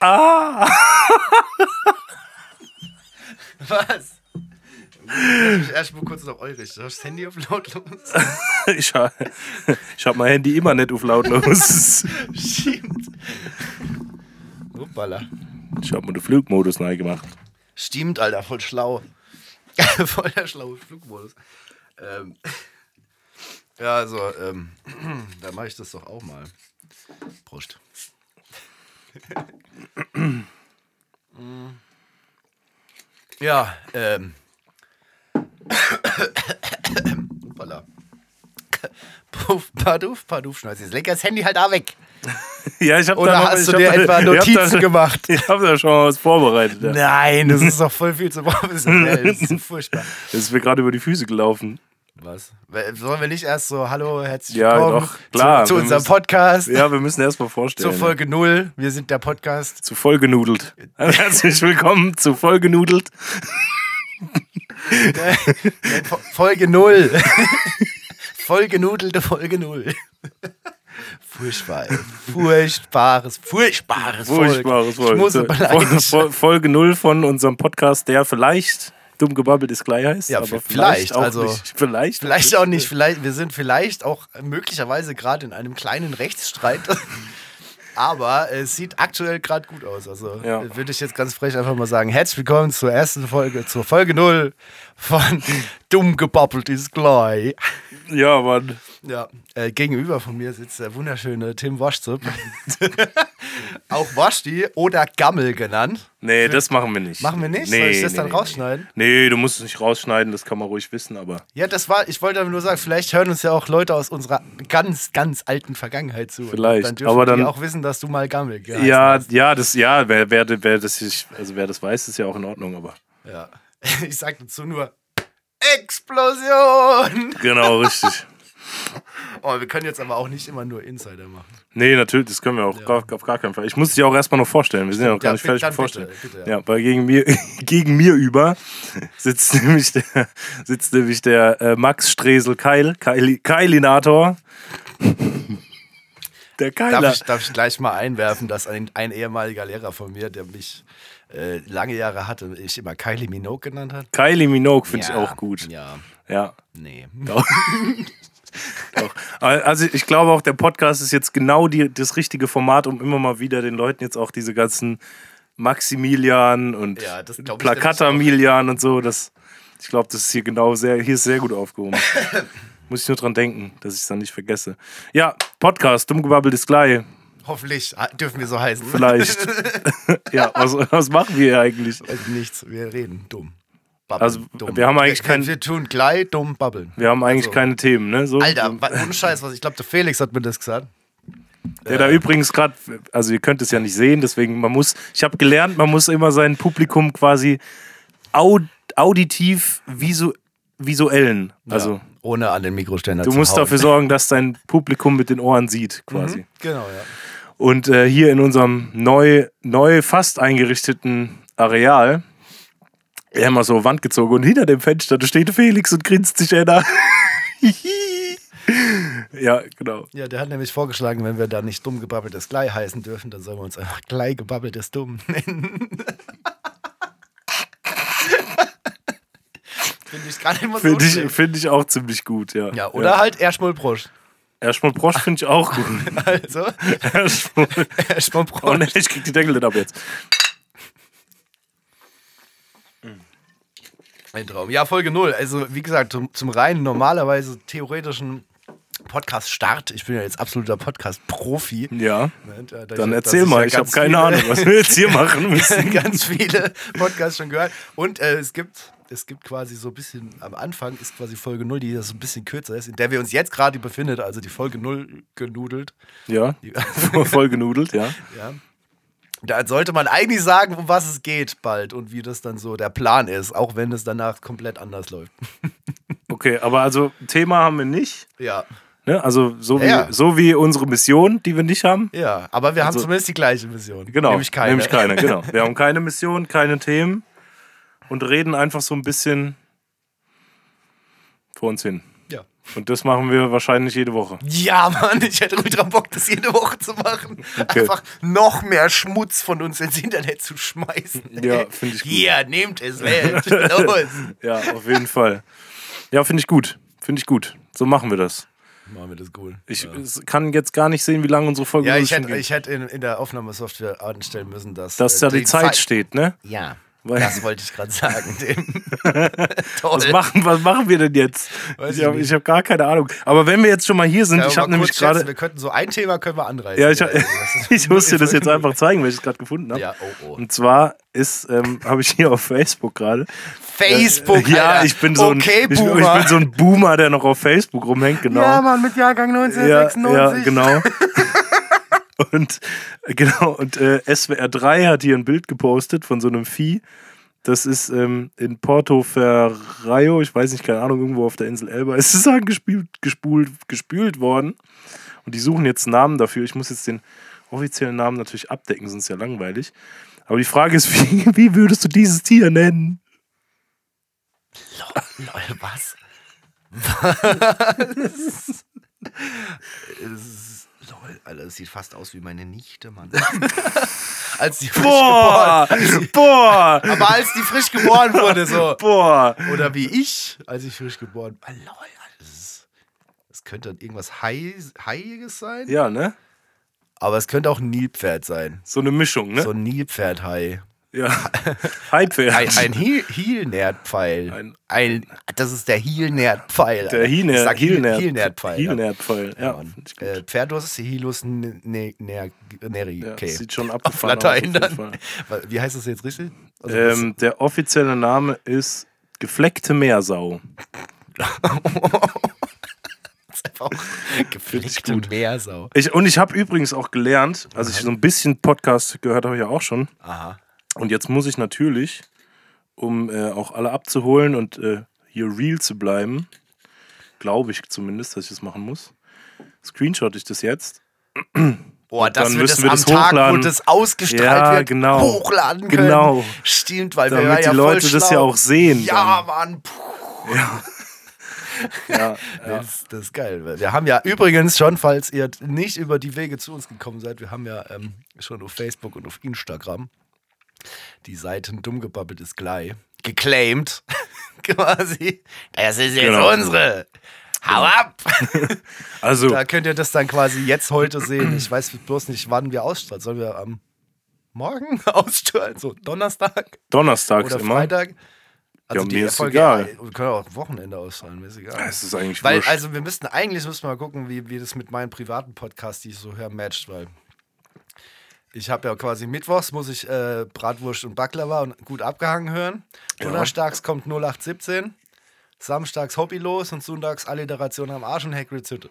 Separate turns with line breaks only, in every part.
Ah!
Was? Ich erstmal kurz auf Eurich. Du hast das Handy auf lautlos.
Ich, ha- ich habe mein Handy immer nicht auf lautlos.
Stimmt. Uppala.
Ich habe mir den Flugmodus neu gemacht.
Stimmt, Alter, voll schlau. voll der schlaue Flugmodus. Ähm, ja, also, ähm, da mache ich das doch auch mal. Prost. ja, ähm. Hoppala. Puff, paduff, paduff, schneiß. Jetzt leg das Handy halt da weg.
Ja, ich habe
Oder
da noch,
hast
ich
du
hab halt
dir
da-
etwa
ich hab da-
Notizen gemacht?
Ich habe da schon mal was vorbereitet. Ja.
Nein, das ist doch voll viel zu professionell. Das ist so furchtbar.
Das ist mir gerade über die Füße gelaufen.
Was? We- Sollen wir nicht erst so, hallo, herzlich
Ja,
willkommen
doch, klar.
zu, zu
Wir
unserem
müssen-
Podcast,
Ja, wir müssen erst mal vorstellen.
zur Folge null. Wir sind der Podcast.
Zu vollgenudelt. Herzlich willkommen zu vollgenudelt.
Fo- Folge null. Vollgenudelte Folge null. Furchtbar, ey. Furchtbares, furchtbares,
Furchtbares
Volk. Ich muss
Volk. Fol-
beleidigt.
Fol- Folge 0 von unserem Podcast, der vielleicht dumm gebabbelt ist Klei heißt.
Ja,
aber
vielleicht,
vielleicht auch
also-
nicht. Vielleicht.
Vielleicht auch nicht, vielleicht, wir sind vielleicht auch möglicherweise gerade in einem kleinen Rechtsstreit. Aber es sieht aktuell gerade gut aus. Also
Ja.
äh, würde ich jetzt ganz frech einfach mal sagen: Herzlich willkommen zur ersten Folge, zur Folge 0 von Dumm gebabbelt ist gleich.
Ja, Mann.
Ja, äh, gegenüber von mir sitzt der wunderschöne Tim Waschzup. auch Waschti oder Gammel genannt.
Nee, das machen wir nicht.
Machen wir nicht?
Nee,
Soll ich das
nee,
dann
nee,
rausschneiden?
Nee. nee, du musst es nicht rausschneiden, das kann man ruhig wissen, aber.
Ja, das war, ich wollte aber nur sagen, vielleicht hören uns ja auch Leute aus unserer ganz, ganz alten Vergangenheit zu. Und
Vielleicht,
Dann dürfen
aber
die
dann-
auch wissen, dass du mal Gammel geheißen
Ja, ja, das, ja, wer, wer, wer das sich- also wer das weiß, ist ja auch in Ordnung, aber.
hast. Ja. Ich sag dazu nur Explosion!
Genau, richtig.
Oh, wir können jetzt aber auch nicht immer nur Insider machen.
Nee, natürlich, das können wir auch gar, auf gar keinen Fall. Ich muss dich auch erstmal noch vorstellen. Wir sind ja noch gar
Ja,
nicht
bitte,
fertig
dann
mit vorstellen.
bitte, bitte, ja.
ja. weil gegen mir, gegen mir über sitzt nämlich der, sitzt nämlich der äh, Max Stresel Keil, Keil, Keilinator. Der Keiler.
Darf ich, darf ich gleich mal einwerfen, dass ein, ein ehemaliger Lehrer von mir, der mich äh, lange Jahre hatte, ich immer Kylie Minogue genannt hat?
Kylie Minogue finde
Ja,
ich auch gut. Ja.
Ja, nee.
Doch. Doch. Also ich glaube auch, der Podcast ist jetzt genau die, das richtige Format, um immer mal wieder den Leuten jetzt auch diese ganzen Maximilian und
Ja, das glaub ich
Plakatamilian und so. Das, ich glaube, das ist hier genau sehr, hier ist sehr gut aufgehoben. Muss ich nur dran denken, dass ich es dann nicht vergesse. Ja, Podcast, dummgebabbelt ist gleich.
Hoffentlich ah, dürfen wir so heißen.
Vielleicht. ja, was, was machen wir hier eigentlich?
Weiß Äh, Nichts, wir reden dumm. Babbeln,
Also, wir haben eigentlich kein-
Wir tun gleich dumm babbeln.
Wir haben eigentlich
Also,
keine Themen, ne? So,
Alter, wa- ohne Scheiß, was ich glaube, der Felix hat mir das gesagt.
Der da übrigens gerade, also ihr könnt es ja nicht sehen, deswegen man muss, ich habe gelernt, man muss immer sein Publikum quasi au- auditiv visu visuellen. Also
Ja, ohne an den Mikroständer
du
zu
musst
hauen.
dafür sorgen, dass dein Publikum mit den Ohren sieht quasi.
Genau, ja.
Und äh, hier in unserem neu, neu fast eingerichteten Areal, wir haben mal so Wand gezogen und hinter dem Fenster da steht Felix und grinst sich einer. ja, genau.
Ja, der hat nämlich vorgeschlagen, wenn wir da nicht dumm gebabbeltes Glei heißen dürfen, dann sollen wir uns einfach Glei gebabbeltes Dumm nennen. Finde ich gar nicht mal so
Finde ich,
schlecht.
find ich auch ziemlich gut, ja.
Ja, oder halt Erschmoll Brosch.
Erstmal Brosch finde ich auch gut.
Also,
Erstmal-
Erschmoll
oh
Brosch.
ne, ich krieg die Deckel nicht ab jetzt.
Ein Traum. Ja, Folge 0. Also, wie gesagt, zum, zum reinen, normalerweise theoretischen Podcast-Start. Ich bin ja jetzt absoluter Podcast-Profi.
Ja.
Ne, da- da-
Dann
dass
erzähl
ich
mal,
ja
ich habe
ganz
keine
viele-
Ahnung, was wir jetzt hier machen müssen.
ganz viele Podcasts schon gehört. Und äh, es gibt. Es gibt quasi so ein bisschen, am Anfang ist quasi Folge 0, die so ein bisschen kürzer ist, in der wir uns jetzt gerade befindet, also die Folge 0 genudelt.
Ja.
Die-
Voll genudelt, ja.
Ja. Da sollte man eigentlich sagen, um was es geht bald und wie das dann so der Plan ist, auch wenn es danach komplett anders läuft.
Okay, aber also Thema haben wir nicht.
Ja,
Ne? Also so wie,
Ja, ja.
so wie unsere Mission, die wir nicht haben.
ja, aber wir haben
Also-
zumindest die gleiche Mission.
Genau.
Nämlich keine.
Nämlich keine, genau. Wir haben keine Mission, keine Themen und reden einfach so ein bisschen vor uns hin.
Ja.
Und das machen wir wahrscheinlich jede Woche.
Ja, Mann, ich hätte ultra Bock, das jede Woche zu machen.
Okay.
Einfach noch mehr Schmutz von uns ins Internet zu schmeißen.
Ja, finde ich gut.
Hier, nehmt es weg. Los.
Ja, auf jeden Fall. Ja, finde ich gut. Finde ich gut. So machen wir das.
Machen wir das cool.
Ich es kann jetzt gar nicht sehen, wie lange unsere Folge
ja,
wohl
ich
schon
hätte,
geht.
ich hätte in, in der Aufnahmesoftware anstellen müssen, dass.
Dass
äh,
da die Zeit
Zeit-
steht, ne?
Ja,
Weil-
das wollte ich gerade sagen. Dem. Toll.
Was machen, was machen wir denn jetzt?
Weiß
ich
ich
habe
nicht.
hab gar keine Ahnung. Aber wenn wir jetzt schon mal hier sind,
Ja,
ich
mal
habe nämlich
kurz
gerade.
schätzen, Wir könnten so ein Thema können wir anreißen.
Ja, ich,
Also, das ist-
ich muss dir das jetzt einfach zeigen, weil ich es gerade gefunden habe.
Ja, oh, oh.
Und zwar ist, ähm, habe ich hier auf Facebook gerade.
Facebook.
Ja,
Alter.
ich bin, so ein,
okay,
ich, bin-
Boomer.
ich bin so ein Boomer, der noch auf Facebook rumhängt, genau.
Ja, Mann, mit Jahrgang
ja,
1996.
ja, genau. und äh, genau, und äh, SWR 3 hat hier ein Bild gepostet von so einem Vieh. Das ist ähm, in Porto Ferraio, ich weiß nicht, keine Ahnung, irgendwo auf der Insel Elba. Es ist angespült, gespult, gespült worden. Und die suchen jetzt einen Namen dafür. Ich muss jetzt den offiziellen Namen natürlich abdecken, sonst ist ja langweilig. Aber die Frage ist, wie, wie würdest du dieses Tier nennen? genau.
Lol, was? Was? Es ist- Lol, Alter, das sieht fast aus wie meine Nichte, Mann. als die frisch geboren,
Boah!
aber als die frisch geboren wurde, so.
Boah!
Oder wie ich, als ich frisch geboren. Ah, lol, Alter, das ist. Es könnte dann irgendwas Hai, Haiiges sein.
Ja, ne?
Aber es könnte auch ein Nilpferd sein.
So eine Mischung, ne?
So ein Nilpferd-Hai.
Ja. Hypepferd.
Ein, ein Heel- Heel-Nerd-Pfeil.
Ein-
Ein, das ist der Heel-Nerd-Pfeil.
Der Hine-
Sag Heel-
Hilnerd.
Heel-Nerd-Pfeil. ja.
Hilnerd-Pfeil. Ja,
Mann.
find ich gut.
Äh, Pferdus Hilus N- Ne- Ner- Neri.
ja
okay.
sieht schon
Auf
abgefahren
Latein
aus. auf
dann.
jeden Fall.
Wa- Wie heißt das jetzt richtig? Also das-
Ähm, der offizielle Name ist gefleckte Meersau.
das ist einfach auch gepflegte
gut.
Meersau.
Ich, und ich habe übrigens auch gelernt, also ich so ein bisschen Podcast gehört habe ich ja auch schon.
Aha.
Und jetzt muss ich natürlich, um äh, auch alle abzuholen und äh, hier real zu bleiben, glaube ich zumindest, dass ich das machen muss, screenshot ich das jetzt.
Boah, dass
dann
wir das
müssen wir
am
das
Tag,
hochladen.
wo das ausgestrahlt
Ja,
wird,
genau.
hochladen können.
Genau.
Stimmt, weil wir waren
Damit
ja
die Leute
voll
das ja
schlau.
auch sehen.
Ja, Mann. Puh.
dann. ja, ja.
Das, das ist geil. Wir haben ja übrigens schon, falls ihr nicht über die Wege zu uns gekommen seid, wir haben ja ähm, schon auf Facebook und auf Instagram die Seiten Dummgebabbelt ist gleich geclaimed. quasi. Das ist jetzt
Genau.
unsere. Hau ab!
Also,
Da könnt ihr das dann quasi jetzt heute sehen. Ich weiß bloß nicht, wann wir ausstrahlen. Sollen wir am Morgen ausstrahlen? So Donnerstag
donnerstags
oder
immer.
Freitag? Also
Ja, mir ist egal.
Wir können auch am Wochenende ausstrahlen, mir ist egal.
Es ist eigentlich
Weil,
wurscht.
also wir müssten eigentlich müssen wir mal gucken, wie, wie das mit meinen privaten Podcasts, die ich so höre, matcht, weil ich habe ja quasi mittwochs muss ich äh, Bratwurst und Baklava und gut abgehangen hören. Donnerstags kommt 0817, samstags Hobby los und sonntags Alliteration am Arsch und Hagrid's Hütte.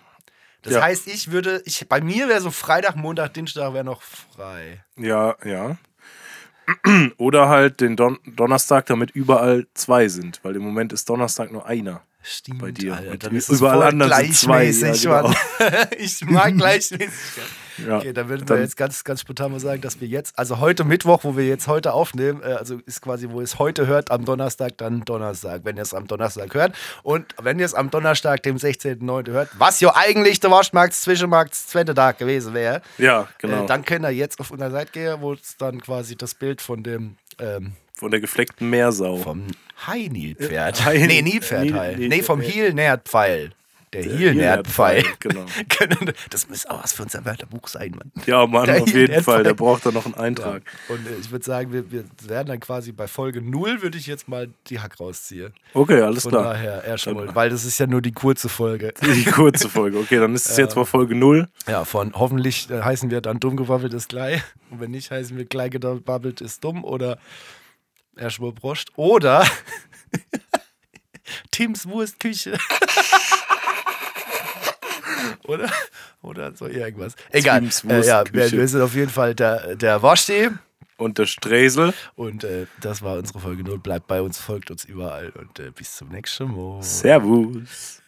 Das
Ja.
heißt, ich würde, ich, bei mir wäre so Freitag, Montag, Dienstag wäre noch frei.
Ja, ja. Oder halt den Don Donnerstag, damit überall zwei sind, weil im Moment ist Donnerstag nur einer.
Stimmt,
Bei dir.
Alter,
Und
dann ist
überall
überall
anders sind zwei. Ja,
gleichmäßig,
genau.
Mann. ich mag gleichmäßig.
Ja.
Okay, dann würden
Dann-
wir jetzt ganz, ganz spontan mal sagen, dass wir jetzt, also heute Mittwoch, wo wir jetzt heute aufnehmen, äh, also ist quasi, wo ihr es heute hört, am Donnerstag, dann Donnerstag, wenn ihr es am Donnerstag hört. Und wenn ihr es am Donnerstag, dem 16.09. hört, was ja eigentlich der Waschmarkt, Zwischenmarkt, zweite Tag gewesen wäre,
Ja, genau.
äh, dann könnt ihr jetzt auf unserer Seite gehen, wo es dann quasi das Bild von dem ähm,
Von der gefleckten Meersau.
vom Hai-Nilpferd.
Äh, Hai-
nee, Nilpferd
Nil-
halt.
Nil-
Nee, vom
äh,
Heel-Nerd-Pfeil. Der Heel-Nerd-Pfeil.
Genau.
Genau. das muss auch was für unser Wörterbuch sein, Mann.
Ja, Mann,
Der
auf jeden
Hilnerd-
Fall. Der braucht da noch einen Eintrag.
Und äh, ich würde sagen, wir, wir werden dann quasi bei Folge 0 würde ich jetzt mal die Hack rausziehen.
Okay, alles
Von
klar.
daher, erstmal, weil das ist ja nur die kurze Folge.
Die kurze Folge. Okay, dann ist es jetzt mal Folge 0.
Ja, von hoffentlich äh, heißen wir dann dumm gewabbelt ist gleich. Und wenn nicht, heißen wir gleich gewabbelt ist dumm oder erstmal broscht. Oder Tims Wurstküche. oder? Oder so irgendwas. Egal.
Tims
Äh, ja, wir,
Wurstküche.
wir sind auf jeden Fall der, der Waschti.
Und der Stresel.
Und äh, das war unsere Folge 0. Bleibt bei uns, folgt uns überall und äh, bis zum nächsten Mal.
Servus.